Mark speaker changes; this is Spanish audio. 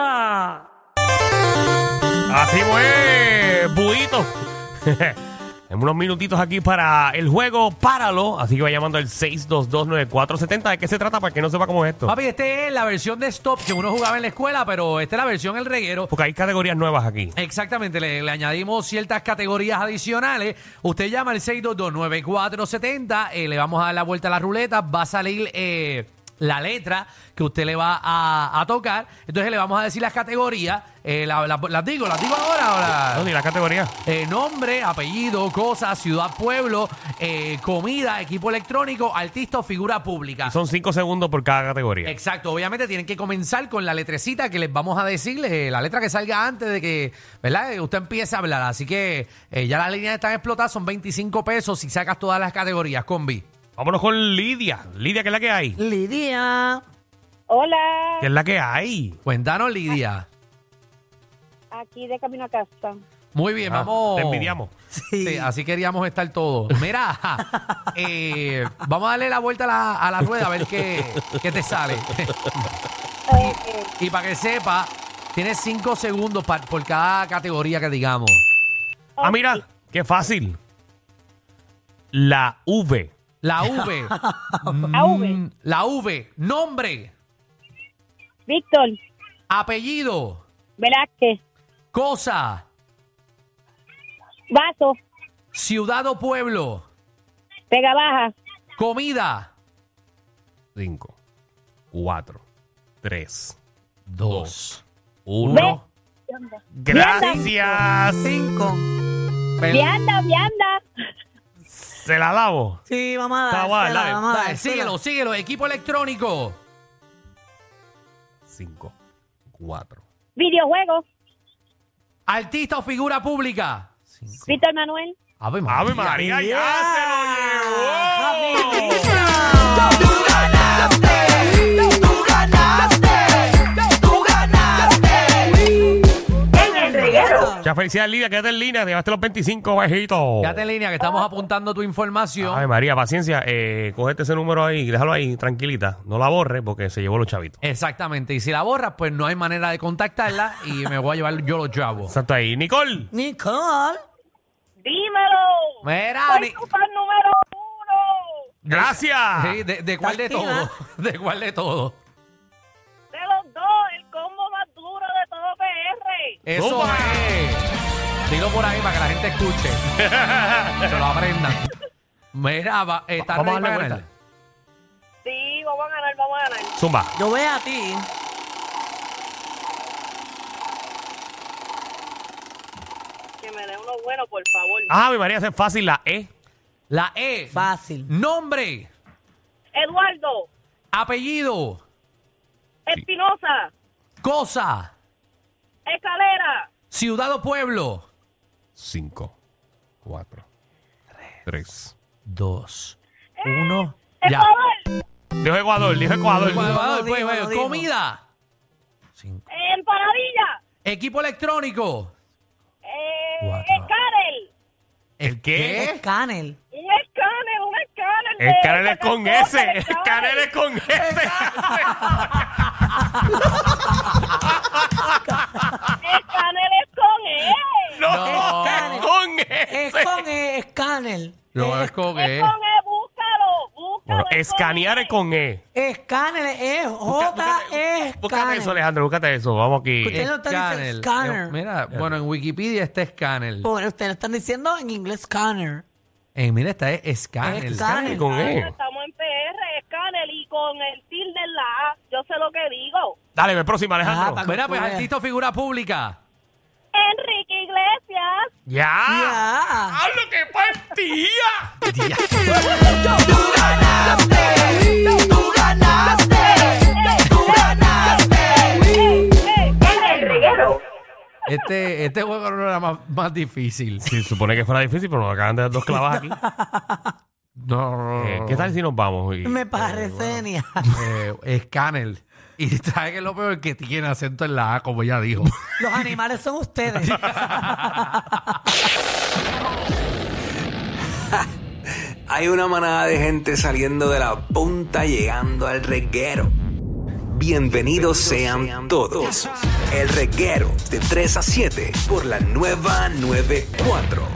Speaker 1: Zumba.
Speaker 2: Así fue, Budito. en unos minutitos aquí para el juego, páralo. Así que va llamando al 6229470. ¿De qué se trata? Para que no sepa cómo es esto.
Speaker 1: Papi, esta es la versión de Stop que uno jugaba en la escuela, pero esta es la versión el reguero.
Speaker 2: Porque hay categorías nuevas aquí.
Speaker 1: Exactamente, le, le añadimos ciertas categorías adicionales. Usted llama al 6229470, eh, le vamos a dar la vuelta a la ruleta, va a salir eh, la letra que usted le va a, a tocar. Entonces le vamos a decir las categorías. eh, la- la- ¿Las digo? ¿Las digo ahora o las-
Speaker 2: No, ni la categoría.
Speaker 1: Eh, nombre, apellido, cosa, ciudad, pueblo, eh, comida, equipo electrónico, artista o figura pública.
Speaker 2: Son cinco segundos por cada categoría.
Speaker 1: Exacto, obviamente tienen que comenzar con la letrecita que les vamos a decir, eh, la letra que salga antes de que, ¿verdad? Eh, Usted empiece a hablar. Así que eh, ya las líneas están explotadas, son 25 pesos si sacas todas las categorías, combi.
Speaker 2: Vámonos con Lidia. Lidia, ¿qué es la que hay?
Speaker 3: Lidia.
Speaker 4: Hola,
Speaker 2: ¿Qué es la que hay?
Speaker 1: Cuéntanos, Lidia.
Speaker 4: aquí de camino a casa.
Speaker 1: Muy bien,
Speaker 2: Ah,
Speaker 1: vamos.
Speaker 2: Te envidiamos.
Speaker 3: Sí.
Speaker 2: ah.
Speaker 1: Sí, así queríamos estar todos. Mira, eh, vamos a darle la vuelta a la, a la rueda a ver qué, qué te sale.
Speaker 4: Eh,
Speaker 1: Y para que sepa, tienes 5 segundos pa- por cada categoría que digamos.
Speaker 2: Ah, mira, qué fácil. La V.
Speaker 1: La V.
Speaker 4: La V.
Speaker 1: Mm, La V. Nombre,
Speaker 4: Víctor
Speaker 1: apellido,
Speaker 4: Velázquez,
Speaker 1: cosa,
Speaker 4: Vaso,
Speaker 1: ciudad o pueblo,
Speaker 4: Pega Baja,
Speaker 1: comida.
Speaker 2: 5, 4, 3,
Speaker 1: Dos.
Speaker 2: 1. Gracias.
Speaker 3: Cinco.
Speaker 4: Vianda, Vianda,
Speaker 2: Se la lavo.
Speaker 3: Sí, vamos a
Speaker 2: Está
Speaker 3: dársela,
Speaker 2: guay, dale,
Speaker 3: vamos a
Speaker 1: Dale,
Speaker 3: dársela.
Speaker 1: síguelo, síguelo. Equipo electrónico.
Speaker 2: 5, 4,
Speaker 4: Videojuegos,
Speaker 1: Artista o figura pública.
Speaker 4: Víctor Manuel.
Speaker 1: Ave
Speaker 2: Ave María, ya se lo llevó. Ya felicidades, Lidia. Quédate en línea. Te llevaste los 25 bajitos.
Speaker 1: Quédate en línea que estamos apuntando tu información.
Speaker 2: Ave María, paciencia. Eh, cógete ese número ahí. Déjalo ahí, tranquilita. No la borres porque se llevó los chavitos.
Speaker 1: Exactamente. Y si la borras, pues no hay manera de contactarla y me voy a llevar yo los chavos.
Speaker 2: Exacto ahí. Nicole.
Speaker 3: Nicole.
Speaker 4: Dímelo,
Speaker 1: Mira, Ni-
Speaker 4: fan número uno
Speaker 2: Gracias.
Speaker 1: Sí, de, de cuál de todo?
Speaker 3: Activa.
Speaker 1: ¿De cuál de todo?
Speaker 4: de los dos, el combo más duro de todo PR.
Speaker 1: Eso
Speaker 2: ¡Zumba!
Speaker 1: es. Dilo por ahí para que la gente escuche. se lo aprendan. Mira, va, eh, está
Speaker 2: Vamos a
Speaker 1: ready
Speaker 2: darle
Speaker 1: para ganar.
Speaker 2: vuelta.
Speaker 4: Sí, vamos a ganar, vamos a ganar.
Speaker 2: Zumba.
Speaker 3: Yo voy a ti.
Speaker 4: Que me dé uno bueno, por favor.
Speaker 2: Ave María, esa es fácil. La E.
Speaker 1: La E.
Speaker 3: Fácil.
Speaker 1: Nombre,
Speaker 4: Eduardo,
Speaker 1: apellido,
Speaker 4: Espinosa,
Speaker 1: cosa,
Speaker 4: Escalera,
Speaker 1: ciudad o pueblo.
Speaker 2: 5, 4, 3.
Speaker 1: Dos. Uno. Ya.
Speaker 4: Ecuador,
Speaker 2: Dijo Ecuador, dijo Ecuador.
Speaker 1: Ecuador,
Speaker 3: Lo digo,
Speaker 1: pues,
Speaker 3: lo
Speaker 1: pues,
Speaker 3: digo.
Speaker 1: comida. Cinco.
Speaker 4: Empanadilla,
Speaker 1: Equipo electrónico.
Speaker 4: eh,
Speaker 1: Cuatro.
Speaker 4: Escarel.
Speaker 2: ¿El qué?
Speaker 3: Canel.
Speaker 4: Un escáner, un escáner. de-
Speaker 2: Escáner Eh, es con
Speaker 4: sacas
Speaker 2: S.
Speaker 4: cosas,
Speaker 2: Escáner es con S.
Speaker 4: Escáner es con E.
Speaker 2: No,
Speaker 3: Escáner.
Speaker 2: es con
Speaker 3: Es
Speaker 2: S.
Speaker 3: con E, es Canel.
Speaker 1: No, es
Speaker 3: es,
Speaker 1: con
Speaker 4: Es
Speaker 1: E.
Speaker 4: con E, búscalo. búscalo
Speaker 2: Bueno, escanear es con E.
Speaker 3: es Canel, es
Speaker 2: Busca-
Speaker 3: J,
Speaker 2: búscate-
Speaker 3: es
Speaker 2: Búscate eso,
Speaker 3: Canel.
Speaker 2: Alejandro, búscate eso. Vamos aquí.
Speaker 3: E,
Speaker 2: Eh,
Speaker 3: Escucha. Usted no está diciendo scanner.
Speaker 1: Mira, bueno, en Wikipedia está escáner.
Speaker 3: Bueno, ustedes lo están diciendo en inglés scanner.
Speaker 1: Eh, mira, esta es escáner.
Speaker 2: Escáner
Speaker 3: Escáner.
Speaker 2: Ah, con
Speaker 4: Ay,
Speaker 2: E.
Speaker 4: Estamos en PR, escáner y con el tilde en la A. Yo sé lo que digo.
Speaker 2: Dale, ve próxima,
Speaker 3: Ah,
Speaker 2: Alejandro.
Speaker 3: para-
Speaker 1: Mira, pues
Speaker 3: Tú veas.
Speaker 1: artista o figura pública.
Speaker 4: Enrique Iglesias.
Speaker 2: ¡Ya!
Speaker 3: Ya.
Speaker 2: ¡Hablo que partía!
Speaker 1: Este, este juego no era más, más difícil.
Speaker 2: Sí, supone que fuera difícil, pero nos acaban de dar dos clavas aquí.
Speaker 1: No, no, no,
Speaker 2: Eh,
Speaker 1: no.
Speaker 2: ¿Qué tal si nos vamos? Y-
Speaker 3: Me parece ni
Speaker 1: Eh, escáner. Y sabes que es lo peor que tiene acento en la A, como ya dijo.
Speaker 3: Los animales son ustedes.
Speaker 5: Hay una manada de gente saliendo de la punta llegando al reguero. Bienvenidos sean todos. El reguero de 3 a 7 por la nueva 94.